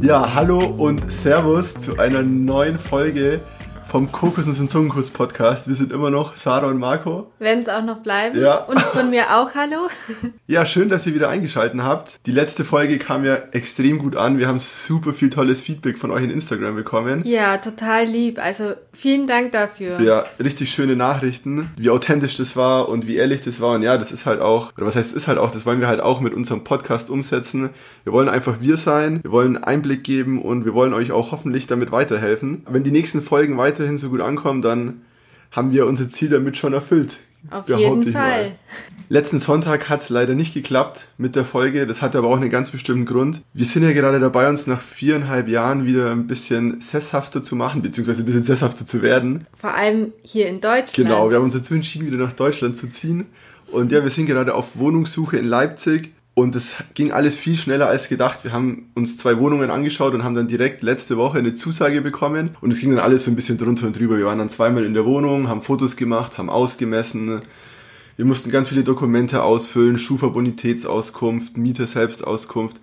Ja, hallo und Servus zu einer neuen Folge vom Kokos und Zungenkuss Podcast. Wir sind immer noch Sarah und Marco. Wenn es auch noch bleiben. Ja. Und von mir auch hallo. Ja, schön, dass ihr wieder eingeschaltet habt. Die letzte Folge kam ja extrem gut an. Wir haben super viel tolles Feedback von euch in Instagram bekommen. Ja, total lieb. Also vielen Dank dafür. Ja, richtig schöne Nachrichten, wie authentisch das war und wie ehrlich das war. Und ja, das ist halt auch, oder was heißt, es ist halt auch, das wollen wir halt auch mit unserem Podcast umsetzen. Wir wollen einfach wir sein, wir wollen Einblick geben und wir wollen euch auch hoffentlich damit weiterhelfen. Wenn die nächsten Folgen weiterhin so gut ankommen, dann haben wir unser Ziel damit schon erfüllt. Auf Behaupte jeden ich mal. Fall. Letzten Sonntag hat es leider nicht geklappt mit der Folge. Das hatte aber auch einen ganz bestimmten Grund. Wir sind ja gerade dabei, uns nach viereinhalb Jahren wieder ein bisschen sesshafter zu machen, beziehungsweise ein bisschen sesshafter zu werden. Vor allem hier in Deutschland. Genau, wir haben uns dazu entschieden, wieder nach Deutschland zu ziehen. Und ja, wir sind gerade auf Wohnungssuche in Leipzig. Und es ging alles viel schneller als gedacht. Wir haben uns zwei Wohnungen angeschaut und haben dann direkt letzte Woche eine Zusage bekommen. Und es ging dann alles so ein bisschen drunter und drüber. Wir waren dann zweimal in der Wohnung, haben Fotos gemacht, haben ausgemessen. Wir mussten ganz viele Dokumente ausfüllen, Schufa-Bonitätsauskunft, Mieter-Selbstauskunft.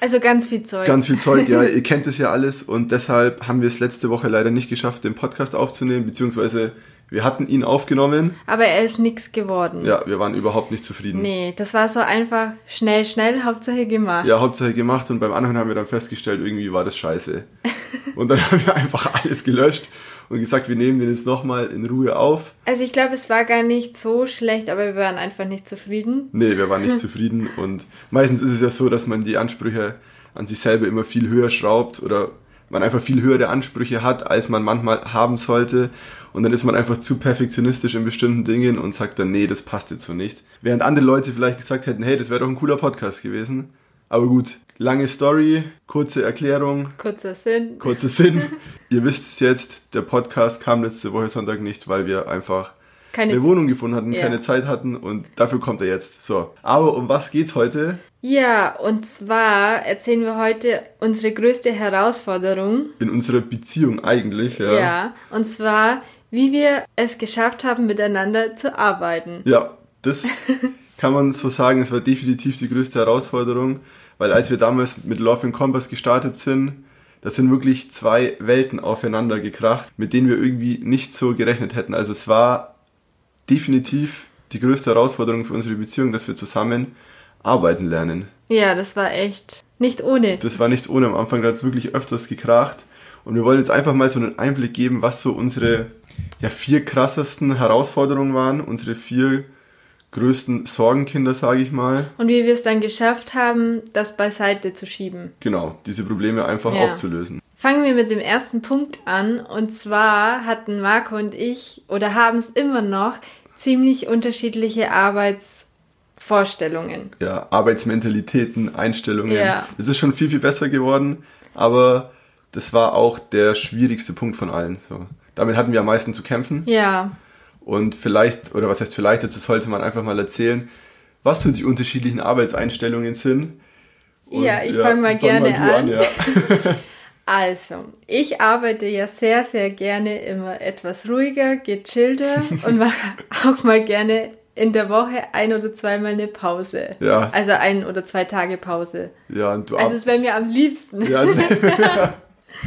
Also ganz viel Zeug. Ganz viel Zeug, ja, ihr kennt es ja alles und deshalb haben wir es letzte Woche leider nicht geschafft, den Podcast aufzunehmen, beziehungsweise wir hatten ihn aufgenommen. Aber er ist nichts geworden. Ja, wir waren überhaupt nicht zufrieden. Nee, das war so einfach schnell, schnell, Hauptsache gemacht. Ja, Hauptsache gemacht und beim anderen haben wir dann festgestellt, irgendwie war das scheiße. Und dann haben wir einfach alles gelöscht und gesagt, wir nehmen den jetzt nochmal in Ruhe auf. Also ich glaube, es war gar nicht so schlecht, aber wir waren einfach nicht zufrieden. Nee, wir waren nicht zufrieden und meistens ist es ja so, dass man die Ansprüche an sich selber immer viel höher schraubt oder man einfach viel höhere Ansprüche hat, als man manchmal haben sollte und dann ist man einfach zu perfektionistisch in bestimmten Dingen und sagt dann, nee, das passt jetzt so nicht. Während andere Leute vielleicht gesagt hätten, hey, das wäre doch ein cooler Podcast gewesen. Aber gut, lange Story, kurze Erklärung, Kurzer Sinn. kurzer Sinn. Ihr wisst es jetzt, der Podcast kam letzte Woche Sonntag nicht, weil wir einfach Keine eine Wohnung gefunden hatten, Ja. keine Zeit hatten und dafür kommt er jetzt. So. Aber um was geht's heute? Ja, und zwar erzählen wir heute unsere größte Herausforderung. In unserer Beziehung eigentlich, ja. Ja. und zwar, wie wir es geschafft haben, miteinander zu arbeiten. Ja, das kann man so sagen, es war definitiv die größte Herausforderung, weil als wir damals mit Love and Compass gestartet sind, da sind wirklich zwei Welten aufeinander gekracht, mit denen wir irgendwie nicht so gerechnet hätten. Also es war definitiv die größte Herausforderung für unsere Beziehung, dass wir zusammen arbeiten lernen. Ja, das war echt nicht ohne. Das war nicht ohne. Am Anfang hat es wirklich öfters gekracht. Und wir wollen jetzt einfach mal so einen Einblick geben, was so unsere ja, vier krassesten Herausforderungen waren, unsere vier größten Sorgenkinder, sage ich mal. Und wie wir es dann geschafft haben, das beiseite zu schieben. Genau, diese Probleme einfach Ja. aufzulösen. Fangen wir mit dem ersten Punkt an. Und zwar hatten Marco und ich, oder haben es immer noch, ziemlich unterschiedliche Arbeitsvorstellungen. Ja, Arbeitsmentalitäten, Einstellungen. Ja. Es ist schon viel, viel besser geworden, aber das war auch der schwierigste Punkt von allen. So. Damit hatten wir am meisten zu kämpfen. Ja, Und vielleicht, oder was heißt vielleicht, dazu sollte man einfach mal erzählen, was so die unterschiedlichen Arbeitseinstellungen sind. Ja, ich fang mal gerne du an. ja. Also, ich arbeite ja sehr, sehr gerne immer etwas ruhiger, gechillter und mache auch mal gerne in der Woche ein oder zweimal eine Pause. Ja. Also ein oder zwei Tage Pause. ja, und du Also arbeitest. es wäre mir am liebsten. Ja,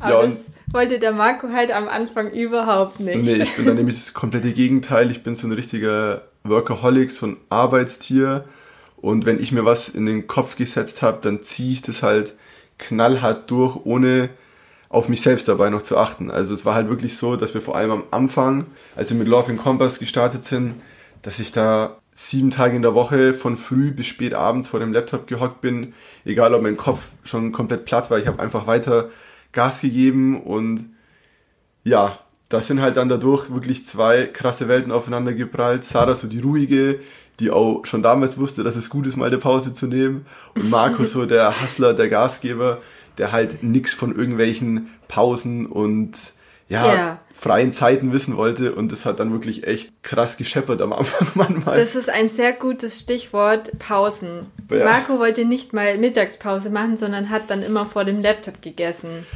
Aber ja, das wollte der Marco halt am Anfang überhaupt nicht. nee, ich bin dann nämlich das komplette Gegenteil. Ich bin so ein richtiger Workaholic, so ein Arbeitstier. Und wenn ich mir was in den Kopf gesetzt habe, dann ziehe ich das halt knallhart durch, ohne auf mich selbst dabei noch zu achten. Also es war halt wirklich so, dass wir vor allem am Anfang, als wir mit Love and Compass gestartet sind, dass ich da sieben Tage in der Woche von früh bis spät abends vor dem Laptop gehockt bin, egal ob mein Kopf schon komplett platt war, ich habe einfach weiter Gas gegeben und ja, das sind halt dann dadurch wirklich zwei krasse Welten aufeinander geprallt. Sarah so die ruhige, die auch schon damals wusste, dass es gut ist, mal eine Pause zu nehmen. Und Marco so der Hustler, der Gasgeber, der halt nix von irgendwelchen Pausen und ja, Ja. freien Zeiten wissen wollte. Und das hat dann wirklich echt krass gescheppert am Anfang manchmal. Das ist ein sehr gutes Stichwort Pausen. Ja. Marco wollte nicht mal Mittagspause machen, sondern hat dann immer vor dem Laptop gegessen.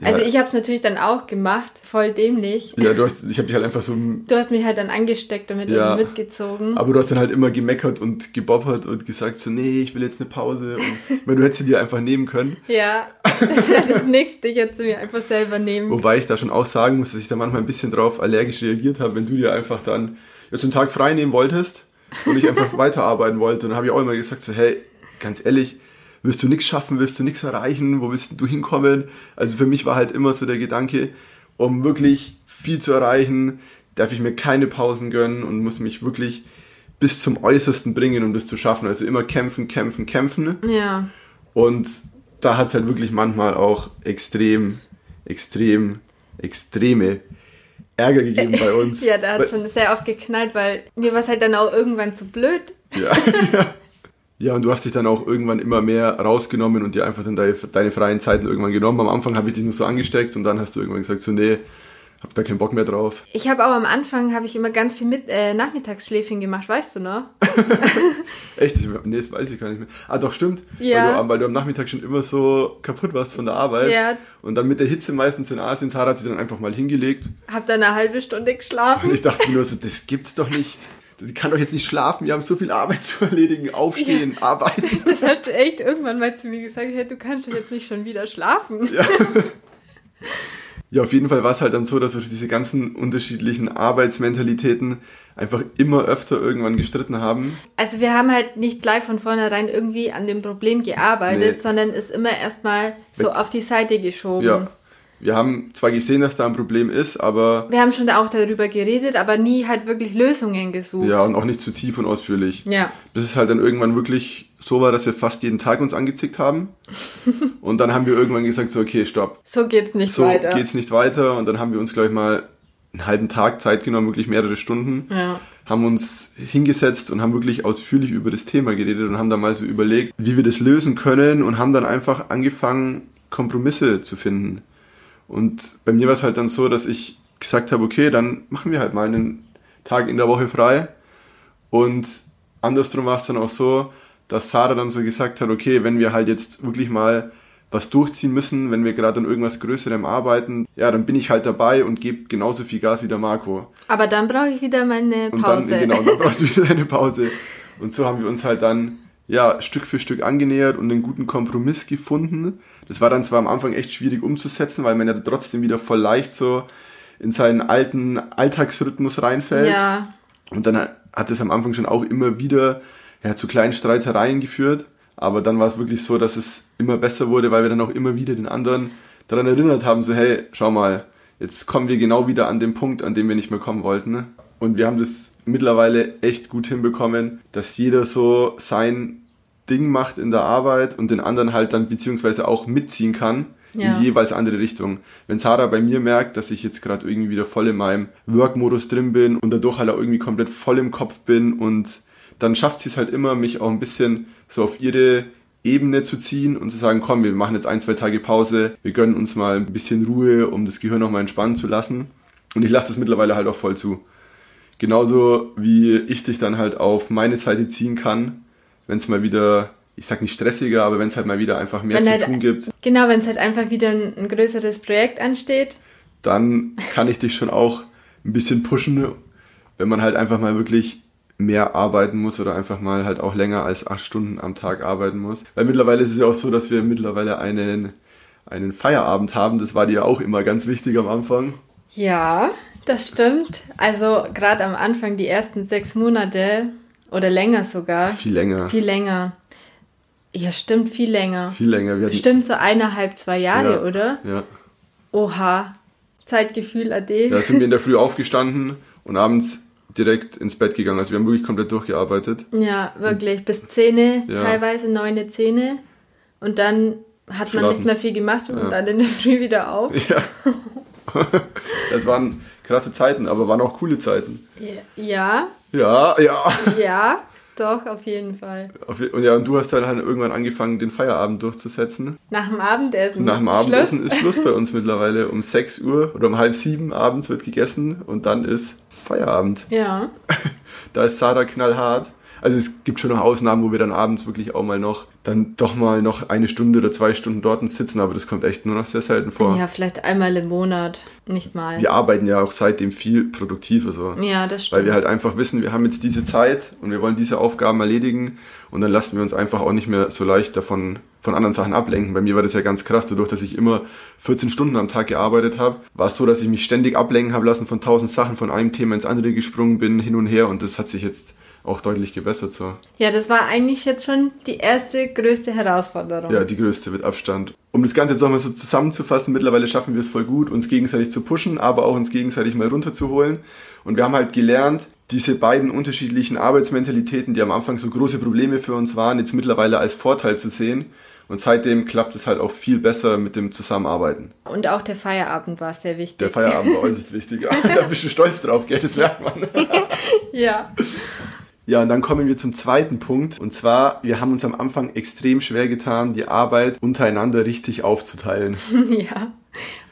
Ja. Also ich habe es natürlich dann auch gemacht, voll dämlich. Ja, du hast, ich habe dich halt einfach so. Du hast mich halt dann angesteckt und mit Ja. irgendwie mitgezogen. Aber du hast dann halt immer gemeckert und geboppert und gesagt so, nee, ich will jetzt eine Pause. Und, weil du hättest sie dir einfach nehmen können. ja, das wäre das nächste. Ich hätte sie mir einfach selber nehmen. Wobei ich da schon auch sagen muss, dass ich da manchmal ein bisschen drauf allergisch reagiert habe, wenn du dir einfach dann jetzt einen Tag frei nehmen wolltest und ich einfach weiterarbeiten wollte. Und dann habe ich auch immer gesagt so, hey, ganz ehrlich, wirst du nichts schaffen, wirst du nichts erreichen, wo willst du hinkommen? Also für mich war halt immer so der Gedanke, um wirklich viel zu erreichen, darf ich mir keine Pausen gönnen und muss mich wirklich bis zum Äußersten bringen, um das zu schaffen. Also immer kämpfen, kämpfen, kämpfen. Ja. Und da hat es halt wirklich manchmal auch extrem, extrem, extreme Ärger gegeben bei uns. Ja, da hat Weil- es schon sehr oft geknallt, weil mir war es halt dann auch irgendwann zu blöd. Ja, ja. ja, und du hast dich dann auch irgendwann immer mehr rausgenommen und dir einfach dann deine, deine freien Zeiten irgendwann genommen. Am Anfang habe ich dich nur so angesteckt und dann hast du irgendwann gesagt, so nee, hab da keinen Bock mehr drauf. Ich habe auch am Anfang habe ich immer ganz viel mit äh, Nachmittagsschläfchen gemacht, weißt du noch? Echt? Ich, nee, das weiß ich gar nicht mehr. Ah, doch, stimmt. Ja. Weil, du, am- weil du am Nachmittag schon immer so kaputt warst von der Arbeit. Ja. Und dann mit der Hitze meistens in Asien, Sarah hat sich dann einfach mal hingelegt Hab dann eine halbe Stunde Und geschlafen. ich dachte mir nur so, das gibt's doch nicht. Die kann doch jetzt nicht schlafen, wir haben so viel Arbeit zu erledigen. Aufstehen, arbeiten. Das hast du echt irgendwann mal zu mir gesagt, hey, du kannst doch jetzt nicht schon wieder schlafen. Ja, auf jeden Fall war es halt dann so, dass wir durch diese ganzen unterschiedlichen Arbeitsmentalitäten einfach immer öfter irgendwann gestritten haben. Also wir haben halt nicht gleich von vornherein irgendwie an dem Problem gearbeitet, Nee. sondern es immer erstmal so Mit- auf die Seite geschoben. Ja. Wir haben zwar gesehen, dass da ein Problem ist, aber Wir haben schon auch darüber geredet, aber nie halt wirklich Lösungen gesucht. ja, und auch nicht zu tief und ausführlich. Ja. Bis es halt dann irgendwann wirklich so war, dass wir fast jeden Tag uns angezickt haben. Und dann haben wir irgendwann gesagt, so, okay, stopp. So geht's nicht so weiter. geht's nicht weiter. Und dann haben wir uns gleich mal einen halben Tag Zeit genommen, wirklich mehrere Stunden. Ja. Haben uns hingesetzt und haben wirklich ausführlich über das Thema geredet und haben dann mal so überlegt, wie wir das lösen können und haben dann einfach angefangen, Kompromisse zu finden. Und bei mir war es halt dann so, dass ich gesagt habe, okay, dann machen wir halt mal einen Tag in der Woche frei. Und andersrum war es dann auch so, dass Sarah dann so gesagt hat, okay, wenn wir halt jetzt wirklich mal was durchziehen müssen, wenn wir gerade an irgendwas Größerem arbeiten, ja, dann bin ich halt dabei und gebe genauso viel Gas wie der Marco. Aber dann brauche ich wieder meine Und Pause. dann, genau, dann brauchst du wieder eine Pause. Und so haben wir uns halt dann, ja, Stück für Stück angenähert und einen guten Kompromiss gefunden. Das war dann zwar am Anfang echt schwierig umzusetzen, weil man ja trotzdem wieder voll leicht so in seinen alten Alltagsrhythmus reinfällt. Ja, Und dann hat es am Anfang schon auch immer wieder ja, zu kleinen Streitereien geführt. Aber dann war es wirklich so, dass es immer besser wurde, weil wir dann auch immer wieder den anderen daran erinnert haben, so hey, schau mal, jetzt kommen wir genau wieder an den Punkt, an dem wir nicht mehr kommen wollten. ne? Und wir haben das mittlerweile echt gut hinbekommen, dass jeder so sein Ding macht in der Arbeit und den anderen halt dann beziehungsweise auch mitziehen kann Ja. in die jeweils andere Richtung. Wenn Sarah bei mir merkt, dass ich jetzt gerade irgendwie wieder voll in meinem Work-Modus drin bin und dadurch halt auch irgendwie komplett voll im Kopf bin und dann schafft sie es halt immer, mich auch ein bisschen so auf ihre Ebene zu ziehen und zu sagen, komm, wir machen jetzt ein, zwei Tage Pause, wir gönnen uns mal ein bisschen Ruhe, um das Gehirn nochmal entspannen zu lassen. Und ich lasse das mittlerweile halt auch voll zu. Genauso wie ich dich dann halt auf meine Seite ziehen kann, wenn es mal wieder, ich sag nicht stressiger, aber wenn es halt mal wieder einfach mehr Wenn zu halt- tun gibt, genau wenn es halt einfach wieder ein, ein größeres Projekt ansteht. dann kann ich dich schon auch ein bisschen pushen, wenn man halt einfach mal wirklich mehr arbeiten muss oder einfach mal halt auch länger als acht Stunden am Tag arbeiten muss. Weil mittlerweile ist es ja auch so, dass wir mittlerweile einen, einen Feierabend haben. Das war dir auch immer ganz wichtig am Anfang. Ja, das stimmt. Also gerade am Anfang, die ersten sechs Monate oder länger sogar. Viel länger. Viel, Viel länger. Ja, stimmt, viel länger. länger. Wir hatten- Bestimmt so eineinhalb, zwei Jahre, Ja, oder? Ja. Oha. Zeitgefühl ade. Da sind wir in der Früh aufgestanden und abends direkt ins Bett gegangen. Also wir haben wirklich komplett durchgearbeitet. ja, wirklich. Bis Zähne, Ja. teilweise neune Zähne. Und dann hat man Schlafen. nicht mehr viel gemacht und Ja. dann in der Früh wieder auf. Ja. Das waren krasse Zeiten, aber waren auch coole Zeiten. Ja, Ja, ja. ja, doch, auf jeden Fall. Auf je- Und ja, und du hast dann halt irgendwann angefangen, den Feierabend durchzusetzen. Nach dem Abendessen. Nach dem Hm. Schluss. Abendessen ist Schluss bei uns mittlerweile. Um 6 Uhr oder um halb sieben abends wird gegessen und dann ist Feierabend. Ja. Da ist Sarah knallhart. Also es gibt schon noch Ausnahmen, wo wir dann abends wirklich auch mal noch, dann doch mal noch eine Stunde oder zwei Stunden dort sitzen, aber das kommt echt nur noch sehr selten vor. Ja, vielleicht einmal im Monat, nicht mal. Wir arbeiten ja auch seitdem viel produktiver so. Ja, das Weil stimmt. wir halt einfach wissen, wir haben jetzt diese Zeit und wir wollen diese Aufgaben erledigen und dann lassen wir uns einfach auch nicht mehr so leicht davon von anderen Sachen ablenken. Bei mir war das ja ganz krass, dadurch, dass ich immer 14 Stunden am Tag gearbeitet habe, war es so, dass ich mich ständig ablenken habe lassen von tausend Sachen, von einem Thema ins andere gesprungen bin, hin und her und das hat sich jetzt auch deutlich gebessert so. ja, das war eigentlich jetzt schon die erste größte Herausforderung. Ja, die größte mit Abstand. Um das Ganze jetzt nochmal so zusammenzufassen, mittlerweile schaffen wir es voll gut, uns gegenseitig zu pushen, aber auch uns gegenseitig mal runterzuholen. Und wir haben halt gelernt, diese beiden unterschiedlichen Arbeitsmentalitäten, die am Anfang so große Probleme für uns waren, jetzt mittlerweile als Vorteil zu sehen. Und seitdem klappt es halt auch viel besser mit dem Zusammenarbeiten. Und auch der Feierabend war sehr wichtig. Der Feierabend war äußerst wichtig. da bist du stolz drauf, gell? Das merkt man. ja. Ja, und dann kommen wir zum zweiten Punkt. Und zwar, wir haben uns am Anfang extrem schwer getan, die Arbeit untereinander richtig aufzuteilen. ja.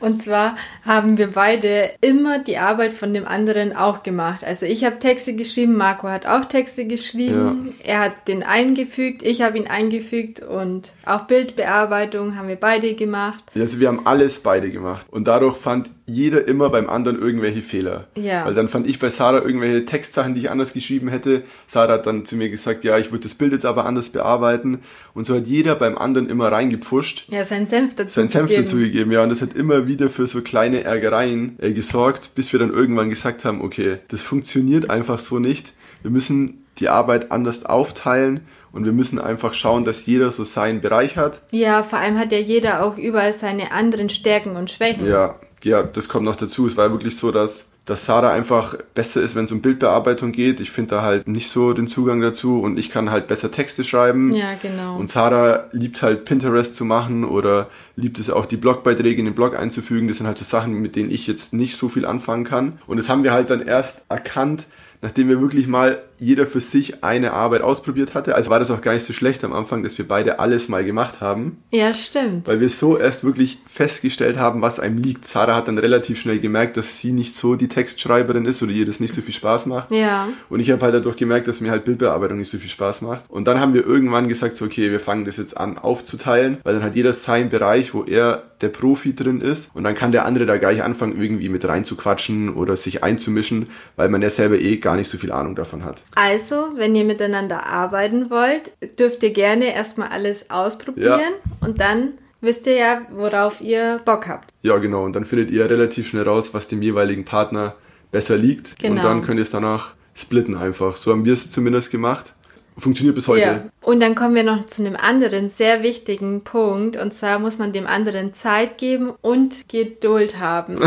Und zwar haben wir beide immer die Arbeit von dem anderen auch gemacht. Also ich habe Texte geschrieben, Marco hat auch Texte geschrieben, er hat den eingefügt, ich habe ihn eingefügt und auch Bildbearbeitung haben wir beide gemacht. Also wir haben alles beide gemacht. Und dadurch fand jeder immer beim anderen irgendwelche Fehler. Ja. Weil dann fand ich bei Sarah irgendwelche Textsachen, die ich anders geschrieben hätte. Sarah hat dann zu mir gesagt, ja, ich würde das Bild jetzt aber anders bearbeiten. Und so hat jeder beim anderen immer reingepfuscht, Ja, sein Senf dazu. seinen Senf gegeben. dazu gegeben. Ja, und das hat immer wieder für so kleine Ärgereien äh, gesorgt, bis wir dann irgendwann gesagt haben, okay, das funktioniert einfach so nicht. Wir müssen die Arbeit anders aufteilen und wir müssen einfach schauen, dass jeder so seinen Bereich hat. Ja, vor allem hat ja jeder auch überall seine anderen Stärken und Schwächen. Ja, ja, das kommt noch dazu. Es war wirklich so, dass, dass Sarah einfach besser ist, wenn es um Bildbearbeitung geht. Ich finde da halt nicht so den Zugang dazu und ich kann halt besser Texte schreiben. Ja, genau. Und Sarah liebt halt Pinterest zu machen oder liebt es auch, die Blogbeiträge in den Blog einzufügen. Das sind halt so Sachen, mit denen ich jetzt nicht so viel anfangen kann. Und das haben wir halt dann erst erkannt, nachdem wir wirklich mal jeder für sich eine Arbeit ausprobiert hatte. Also war das auch gar nicht so schlecht am Anfang, dass wir beide alles mal gemacht haben. Ja, stimmt. Weil wir so erst wirklich festgestellt haben, was einem liegt. Sarah hat dann relativ schnell gemerkt, dass sie nicht so die Textschreiberin ist oder ihr das nicht so viel Spaß macht. Ja. Und ich habe halt dadurch gemerkt, dass mir halt Bildbearbeitung nicht so viel Spaß macht. Und dann haben wir irgendwann gesagt, so, okay, wir fangen das jetzt an aufzuteilen, weil dann hat jeder seinen Bereich, wo er der Profi drin ist. Und dann kann der andere da gar nicht anfangen, irgendwie mit reinzuquatschen oder sich einzumischen, weil man ja selber eh gar nicht so viel Ahnung davon hat. Also, wenn ihr miteinander arbeiten wollt, dürft ihr gerne erstmal alles ausprobieren und dann wisst ihr ja, worauf ihr Bock habt. Ja, genau. Und dann findet ihr relativ schnell raus, was dem jeweiligen Partner besser liegt. Genau. Und dann könnt ihr es danach splitten einfach. So haben wir es zumindest gemacht. Funktioniert bis heute. Ja. Und dann kommen wir noch zu einem anderen sehr wichtigen Punkt und zwar muss man dem anderen Zeit geben und Geduld haben.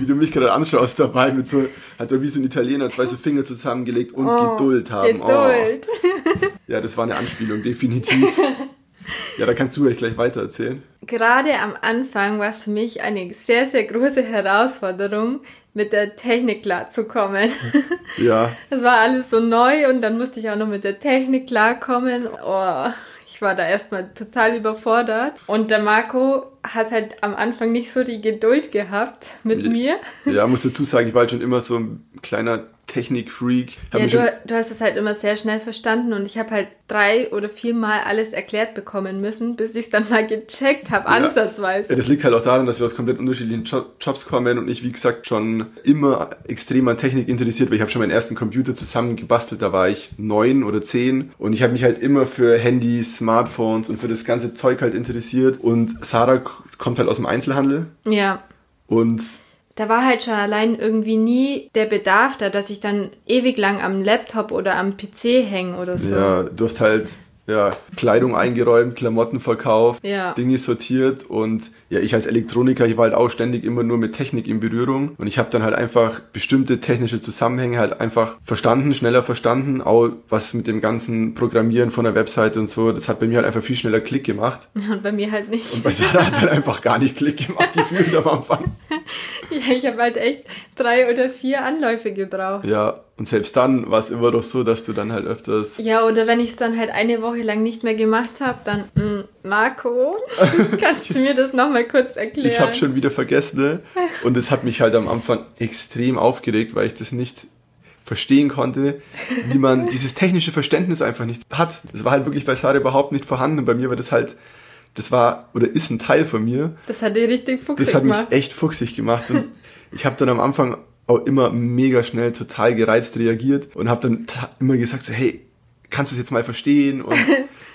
Wie du mich gerade anschaust dabei mit so, hat so wie so ein Italiener zwei so Finger zusammengelegt und Geduld haben. Oh, Geduld. Oh. Ja, das war eine Anspielung, definitiv. ja, da kannst du euch gleich weiter erzählen. Gerade am Anfang war es für mich eine sehr, sehr große Herausforderung, mit der Technik klarzukommen. Ja. Das war alles so neu und dann musste ich auch noch mit der Technik klarkommen. Oh, ich war da erstmal total überfordert. Und der Marco hat halt am Anfang nicht so die Geduld gehabt mit mir. Ja, muss dazu sagen, ich war halt schon immer so ein kleiner Technik-Freak. Hab Ja, mich schon- du, du hast es halt immer sehr schnell verstanden und ich habe halt drei oder viermal alles erklärt bekommen müssen, bis ich es dann mal gecheckt habe, Ja, ansatzweise. das liegt halt auch daran, dass wir aus komplett unterschiedlichen Jo- Jobs kommen und ich, wie gesagt, schon immer extrem an Technik interessiert war. Ich habe schon meinen ersten Computer zusammengebastelt, da war ich neun oder zehn und ich habe mich halt immer für Handys, Smartphones und für das ganze Zeug halt interessiert und Sarah k- kommt halt aus dem Einzelhandel Ja. und Da war halt schon allein irgendwie nie der Bedarf da, dass ich dann ewig lang am Laptop oder am PC hänge oder so. ja, du hast halt ja, Kleidung eingeräumt, Klamotten verkauft, Ja. Dinge sortiert und ja, ich als Elektroniker, ich war halt auch ständig immer nur mit Technik in Berührung und ich habe dann halt einfach bestimmte technische Zusammenhänge halt einfach verstanden, schneller verstanden, auch was mit dem ganzen Programmieren von der Webseite und so, das hat bei mir halt einfach viel schneller Klick gemacht Und bei mir halt nicht. und bei Sarah hat es halt einfach gar nicht Klick gemacht, gefühlt am Anfang. Ja, ich habe halt echt drei oder vier Anläufe gebraucht. Ja, und selbst dann war es immer doch so, dass du dann halt öfters Ja, oder wenn ich es dann halt eine Woche lang nicht mehr gemacht habe, dann, mm, Marco, kannst du mir das nochmal kurz erklären? Ich habe schon wieder vergessen ne? und es hat mich halt am Anfang extrem aufgeregt, weil ich das nicht verstehen konnte, wie man dieses technische Verständnis einfach nicht hat. Das war halt wirklich bei Sarah überhaupt nicht vorhanden und bei mir war das halt, das war oder ist ein Teil von mir. Das hat dich richtig fuchsig Das hat mich echt fuchsig gemacht und ich habe dann am Anfang auch immer mega schnell total gereizt reagiert und habe dann immer gesagt so, hey, kannst du es jetzt mal verstehen? Und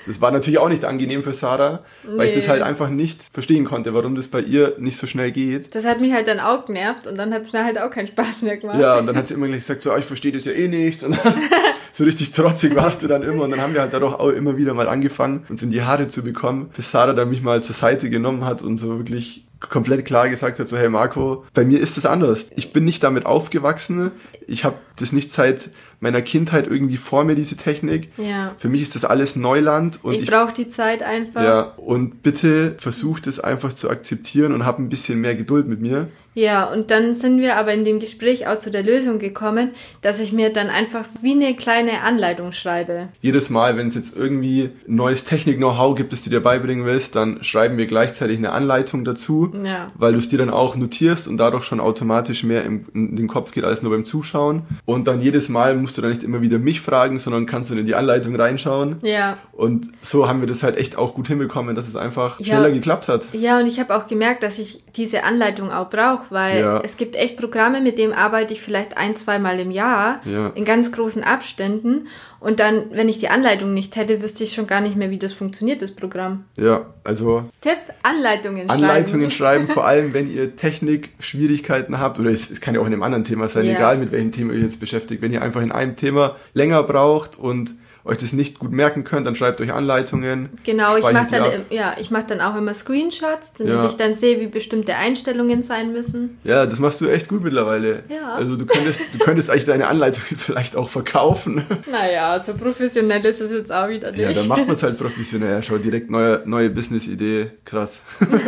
das war natürlich auch nicht angenehm für Sarah, weil nee. ich das halt einfach nicht verstehen konnte, warum das bei ihr nicht so schnell geht. Das hat mich halt dann auch genervt und dann hat es mir halt auch keinen Spaß mehr gemacht. Ja, und dann hat sie immer gleich gesagt, so, ah, ich verstehe das ja eh nicht. Und dann, so richtig trotzig warst du dann immer. Und dann haben wir halt dadurch auch immer wieder mal angefangen, uns in die Haare zu bekommen, bis Sarah dann mich mal zur Seite genommen hat und so wirklich komplett klar gesagt hat, so hey Marco, bei mir ist es anders. Ich bin nicht damit aufgewachsen. Ich habe das nicht seit meiner Kindheit irgendwie vor mir, diese Technik. Ja. Für mich ist das alles Neuland. Und ich, ich brauche die Zeit einfach. Ja, und bitte versucht es einfach zu akzeptieren und hab ein bisschen mehr Geduld mit mir. Ja, und dann sind wir aber in dem Gespräch auch zu der Lösung gekommen, dass ich mir dann einfach wie eine kleine Anleitung schreibe. Jedes Mal, wenn es jetzt irgendwie neues Technik-Know-how gibt, das du dir beibringen willst, dann schreiben wir gleichzeitig eine Anleitung dazu, ja. weil du es dir dann auch notierst und dadurch schon automatisch mehr im, in den Kopf geht als nur beim Zuschauen. Und dann jedes Mal musst du dann nicht immer wieder mich fragen, sondern kannst dann in die Anleitung reinschauen. Ja. Und so haben wir das halt echt auch gut hinbekommen, dass es einfach ja. schneller geklappt hat. Ja, und ich habe auch gemerkt, dass ich diese Anleitung auch brauche weil ja. es gibt echt Programme, mit denen arbeite ich vielleicht ein, zweimal im Jahr ja. in ganz großen Abständen. Und dann, wenn ich die Anleitung nicht hätte, wüsste ich schon gar nicht mehr, wie das funktioniert, das Programm. Ja, also. Tipp: Anleitungen Anleitungen, schreiben. Anleitungen schreiben, vor allem wenn ihr Technik-Schwierigkeiten habt, oder es, es, kann ja auch in einem anderen Thema sein, ja. egal mit welchem Thema ihr jetzt beschäftigt. Wenn ihr einfach in einem Thema länger braucht und euch das nicht gut merken könnt, dann schreibt euch Anleitungen. Genau, ich mache dann, ab. ja, ich mach dann auch immer Screenshots, damit Ja. ich dann sehe, wie bestimmte Einstellungen sein müssen. Ja, das machst du echt gut mittlerweile. Ja. Also du könntest, du könntest eigentlich deine Anleitungen vielleicht auch verkaufen. Naja, so professionell ist es jetzt auch wieder nicht. Ja, dann macht man es halt professionell. Schau, direkt neue, neue Business-Idee. Krass.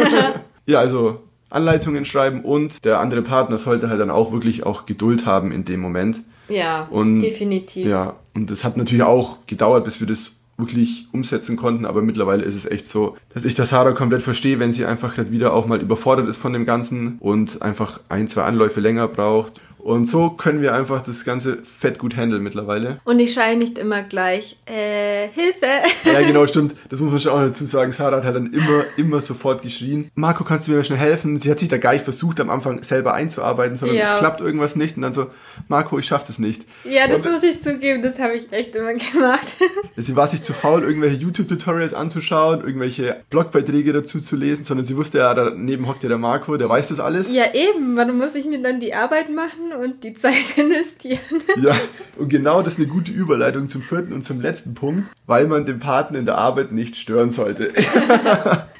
ja, also Anleitungen schreiben und der andere Partner sollte halt dann auch wirklich auch Geduld haben in dem Moment. Ja, Und- definitiv. Ja, und das hat natürlich auch gedauert, bis wir das wirklich umsetzen konnten, aber mittlerweile ist es echt so, dass ich das Sarah komplett verstehe, wenn sie einfach gerade wieder auch mal überfordert ist von dem Ganzen und einfach ein, zwei Anläufe länger braucht. Und so können wir einfach das Ganze fett gut handeln mittlerweile. Und ich schreie nicht immer gleich, äh, Hilfe! Ja, genau, stimmt. Das muss man schon auch dazu sagen. Sarah hat halt dann immer, immer sofort geschrien. Marco, kannst du mir schnell helfen? Sie hat sich da gar nicht versucht, am Anfang selber einzuarbeiten, sondern Ja. es klappt irgendwas nicht. Und dann so, Marco, ich schaff das nicht. Ja, das Und muss ich zugeben, das habe ich echt immer gemacht. Sie war sich zu faul, irgendwelche YouTube-Tutorials anzuschauen, irgendwelche Blogbeiträge dazu zu lesen, sondern sie wusste ja, daneben hockt ja der Marco, der weiß das alles. ja, eben, warum muss ich mir dann die Arbeit machen und die Zeit investieren? Ja, und genau das ist eine gute Überleitung zum vierten und zum letzten Punkt, weil man den Paten in der Arbeit nicht stören sollte.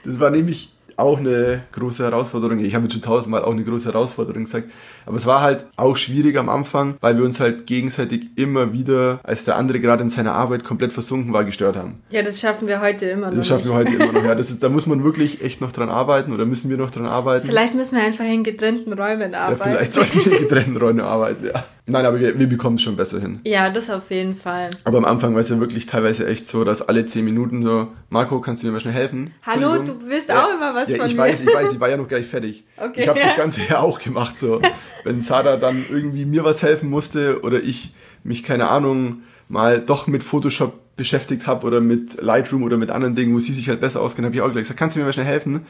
das war nämlich auch eine große Herausforderung. Ich habe jetzt schon tausendmal auch eine große Herausforderung gesagt. Aber es war halt auch schwierig am Anfang, weil wir uns halt gegenseitig immer wieder, als der andere gerade in seiner Arbeit komplett versunken war, gestört haben. Ja, das schaffen wir heute immer noch. Das schaffen wir nicht. heute immer noch. Ja, das ist, da muss man wirklich echt noch dran arbeiten oder müssen wir noch dran arbeiten. Vielleicht müssen wir einfach in getrennten Räumen ja, arbeiten. vielleicht sollten wir in getrennten Räumen arbeiten, ja. Nein, aber wir, wir bekommen es schon besser hin. Ja, das auf jeden Fall. Aber am Anfang war es ja wirklich teilweise echt so, dass alle zehn Minuten so, Marco, kannst du mir mal schnell helfen? Hallo, Entschuldigung. du willst auch immer was ja, von ich mir. weiß, ich weiß, ich war ja noch gleich fertig. Okay. Ich habe das Ganze ja auch gemacht, so. Wenn Sada dann irgendwie mir was helfen musste oder ich mich, keine Ahnung, mal doch mit Photoshop beschäftigt habe oder mit Lightroom oder mit anderen Dingen, wo sie sich halt besser auskennt, habe ich auch gleich gesagt, kannst du mir mal schnell helfen?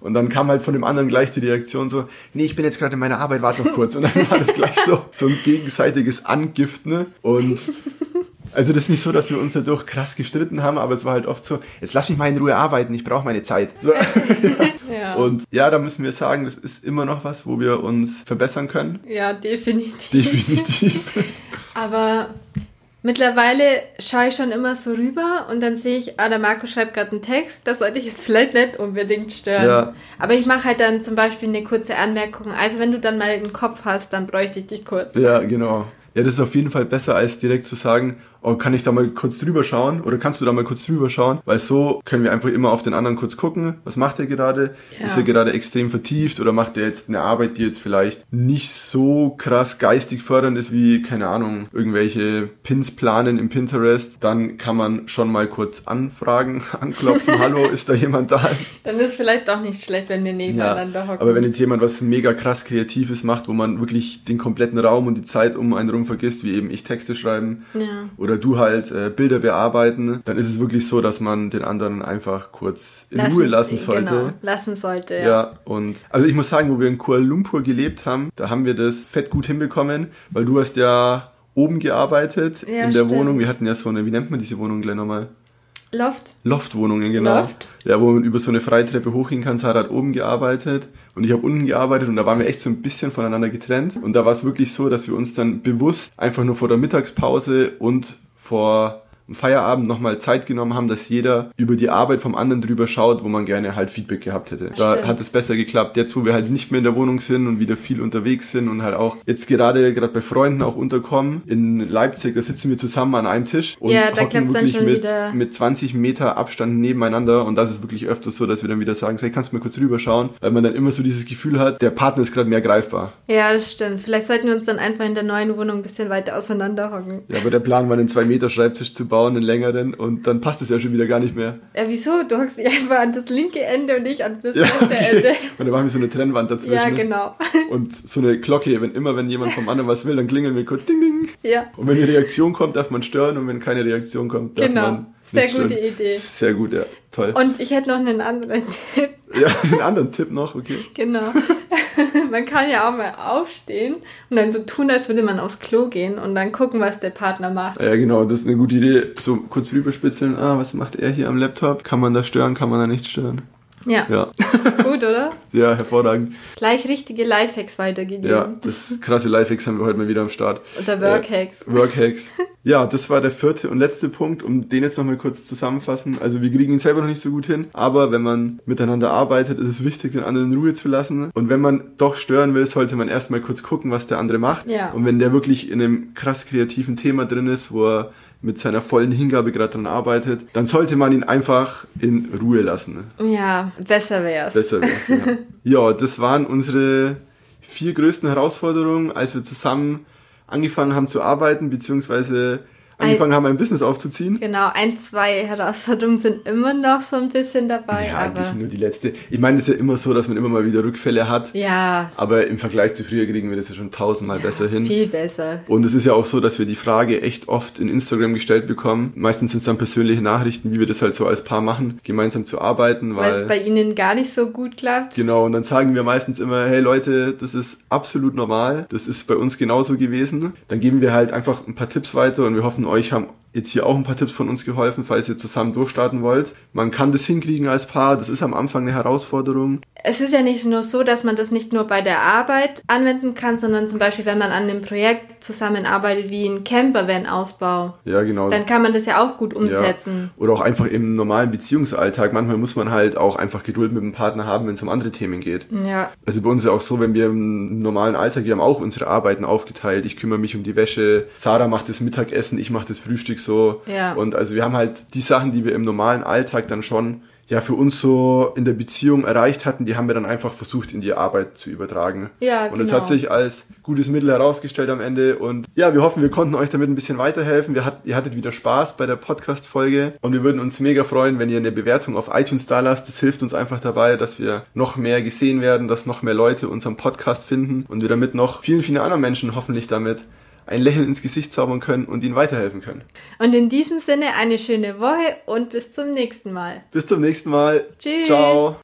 Und dann kam halt von dem anderen gleich die Reaktion so, nee, ich bin jetzt gerade in meiner Arbeit, warte noch kurz. Und dann war das gleich so, so ein gegenseitiges Angiften. Und also das ist nicht so, dass wir uns dadurch krass gestritten haben, aber es war halt oft so, jetzt lass mich mal in Ruhe arbeiten, ich brauche meine Zeit. So. Ja, Und ja, da müssen wir sagen, das ist immer noch was, wo wir uns verbessern können. ja definitiv. Definitiv. Aber mittlerweile schaue ich schon immer so rüber und dann sehe ich, ah, der Marco schreibt gerade einen Text, das sollte ich jetzt vielleicht nicht unbedingt stören. Ja. Aber ich mache halt dann zum Beispiel eine kurze Anmerkung. Also wenn du dann mal einen Kopf hast, dann bräuchte ich dich kurz. ja, genau. Ja, das ist auf jeden Fall besser, als direkt zu sagen, oh, kann ich da mal kurz drüber schauen oder kannst du da mal kurz drüber schauen? Weil so können wir einfach immer auf den anderen kurz gucken, was macht er gerade? Ja. Ist er gerade extrem vertieft oder macht er jetzt eine Arbeit, die jetzt vielleicht nicht so krass geistig fördernd ist wie, keine Ahnung, irgendwelche Pins planen im Pinterest? Dann kann man schon mal kurz anfragen, anklopfen, hallo, ist da jemand da? Dann ist vielleicht doch nicht schlecht, wenn wir nebeneinander hocken. Aber wenn jetzt jemand was mega krass Kreatives macht, wo man wirklich den kompletten Raum und die Zeit um einen rum Formulierungen vergisst, wie eben ich Texte schreiben Ja. oder du halt äh, Bilder bearbeiten, dann ist es wirklich so, dass man den anderen einfach kurz in Ruhe lassen sollte. Genau, lassen sollte, ja. Ja, und also ich muss sagen, wo wir in Kuala Lumpur gelebt haben, da haben wir das fett gut hinbekommen, weil du hast ja oben gearbeitet Ja, in der stimmt. Wohnung. Wir hatten ja so eine, wie nennt man diese Wohnung gleich nochmal? Loft. Loftwohnungen, genau. Loft? Ja, wo man über so eine Freitreppe hochgehen kann. Sarah hat oben gearbeitet und ich habe unten gearbeitet und da waren wir echt so ein bisschen voneinander getrennt. Und da war es wirklich so, dass wir uns dann bewusst einfach nur vor der Mittagspause und vor dem Feierabend nochmal Zeit genommen haben, dass jeder über die Arbeit vom anderen drüber schaut, wo man gerne halt Feedback gehabt hätte. Da Stimmt. hat es besser geklappt. Jetzt, wo wir halt nicht mehr in der Wohnung sind und wieder viel unterwegs sind und halt auch jetzt gerade gerade bei Freunden auch unterkommen in Leipzig, da sitzen wir zusammen an einem Tisch und Ja, da hocken klappt's dann wirklich schon mit, wieder. mit 20 Meter Abstand nebeneinander und das ist wirklich öfters so, dass wir dann wieder sagen, hey, kannst du mal kurz rüberschauen, weil man dann immer so dieses Gefühl hat, der Partner ist gerade mehr greifbar. Ja, das stimmt. Vielleicht sollten wir uns dann einfach in der neuen Wohnung ein bisschen weiter auseinander hocken. Ja, aber der Plan war, einen 2 Meter Schreibtisch zu bauen, einen längeren und dann passt es ja schon wieder gar nicht mehr. Ja, wieso? Du hockst dich einfach an das linke Ende und ich an das Ja, rechte Ende. okay. Und da machen wir so eine Trennwand dazwischen. Ja, genau. Und so eine Glocke, wenn immer, wenn jemand vom anderen was will, dann klingeln wir kurz ding ding. Ja. Und wenn eine Reaktion kommt, darf man stören und wenn keine Reaktion kommt, darf Genau. man Sehr nicht gute stören. Idee. Sehr gut, ja. Toll. Und ich hätte noch einen anderen Tipp. ja, einen anderen Tipp noch, okay. Genau. man kann ja auch mal aufstehen und dann so tun, als würde man aufs Klo gehen und dann gucken, was der Partner macht. Ja, genau, das ist eine gute Idee. So kurz rüberspitzeln, ah, was macht er hier am Laptop? Kann man da stören, kann man da nicht stören? Ja, Ja, gut, oder? ja hervorragend. Gleich richtige Lifehacks weitergegeben. Ja, das krasse Lifehacks haben wir heute mal wieder am Start. Oder Workhacks. Äh, Workhacks. Ja, das war der vierte und letzte Punkt, um den jetzt nochmal kurz zusammenfassen. Also wir kriegen ihn selber noch nicht so gut hin, aber wenn man miteinander arbeitet, ist es wichtig, den anderen in Ruhe zu lassen. Und wenn man doch stören will, sollte man erstmal kurz gucken, was der andere macht. Ja. Und wenn der wirklich in einem krass kreativen Thema drin ist, wo er mit seiner vollen Hingabe gerade dran arbeitet, dann sollte man ihn einfach in Ruhe lassen. Ja, besser wär's. Besser wär's, ja. ja, das waren unsere vier größten Herausforderungen, als wir zusammen angefangen haben zu arbeiten, beziehungsweise angefangen haben, ein Business aufzuziehen. Genau, ein, zwei Herausforderungen sind immer noch so ein bisschen dabei, Ja, eigentlich aber nur die letzte. Ich meine, es ist ja immer so, dass man immer mal wieder Rückfälle hat, ja, aber im Vergleich zu früher kriegen wir das ja schon tausendmal besser hin. viel besser. Und es ist ja auch so, dass wir die Frage echt oft in Instagram gestellt bekommen. Meistens sind es dann persönliche Nachrichten, wie wir das halt so als Paar machen, gemeinsam zu arbeiten, weil... Weil es bei Ihnen gar nicht so gut klappt. Genau, und dann sagen wir meistens immer, hey Leute, das ist absolut normal, das ist bei uns genauso gewesen. Dann geben wir halt einfach ein paar Tipps weiter und wir hoffen, euch haben jetzt hier auch ein paar Tipps von uns geholfen, falls ihr zusammen durchstarten wollt. Man kann das hinkriegen als Paar, das ist am Anfang eine Herausforderung. Es ist ja nicht nur so, dass man das nicht nur bei der Arbeit anwenden kann, sondern zum Beispiel, wenn man an einem Projekt zusammenarbeitet, wie ein Campervan-Ausbau, Ja, genau. dann kann man das ja auch gut umsetzen. Ja. Oder auch einfach im normalen Beziehungsalltag. Manchmal muss man halt auch einfach Geduld mit dem Partner haben, wenn es um andere Themen geht. Ja. Also bei uns ist ja auch so, wenn wir im normalen Alltag, wir haben auch unsere Arbeiten aufgeteilt. Ich kümmere mich um die Wäsche, Sarah macht das Mittagessen, ich mache das Frühstück so. Ja. Und also wir haben halt die Sachen, die wir im normalen Alltag dann schon ja für uns so in der Beziehung erreicht hatten, die haben wir dann einfach versucht in die Arbeit zu übertragen. Ja, Und das genau. hat sich als gutes Mittel herausgestellt am Ende. Und ja, wir hoffen, wir konnten euch damit ein bisschen weiterhelfen. Wir hat, ihr hattet wieder Spaß bei der Podcast-Folge. Und wir würden uns mega freuen, wenn ihr eine Bewertung auf iTunes da lasst. Das hilft uns einfach dabei, dass wir noch mehr gesehen werden, dass noch mehr Leute unseren Podcast finden und wir damit noch vielen, vielen anderen Menschen hoffentlich damit ein Lächeln ins Gesicht zaubern können und ihnen weiterhelfen können. Und in diesem Sinne eine schöne Woche und bis zum nächsten Mal. Bis zum nächsten Mal. Tschüss. Ciao.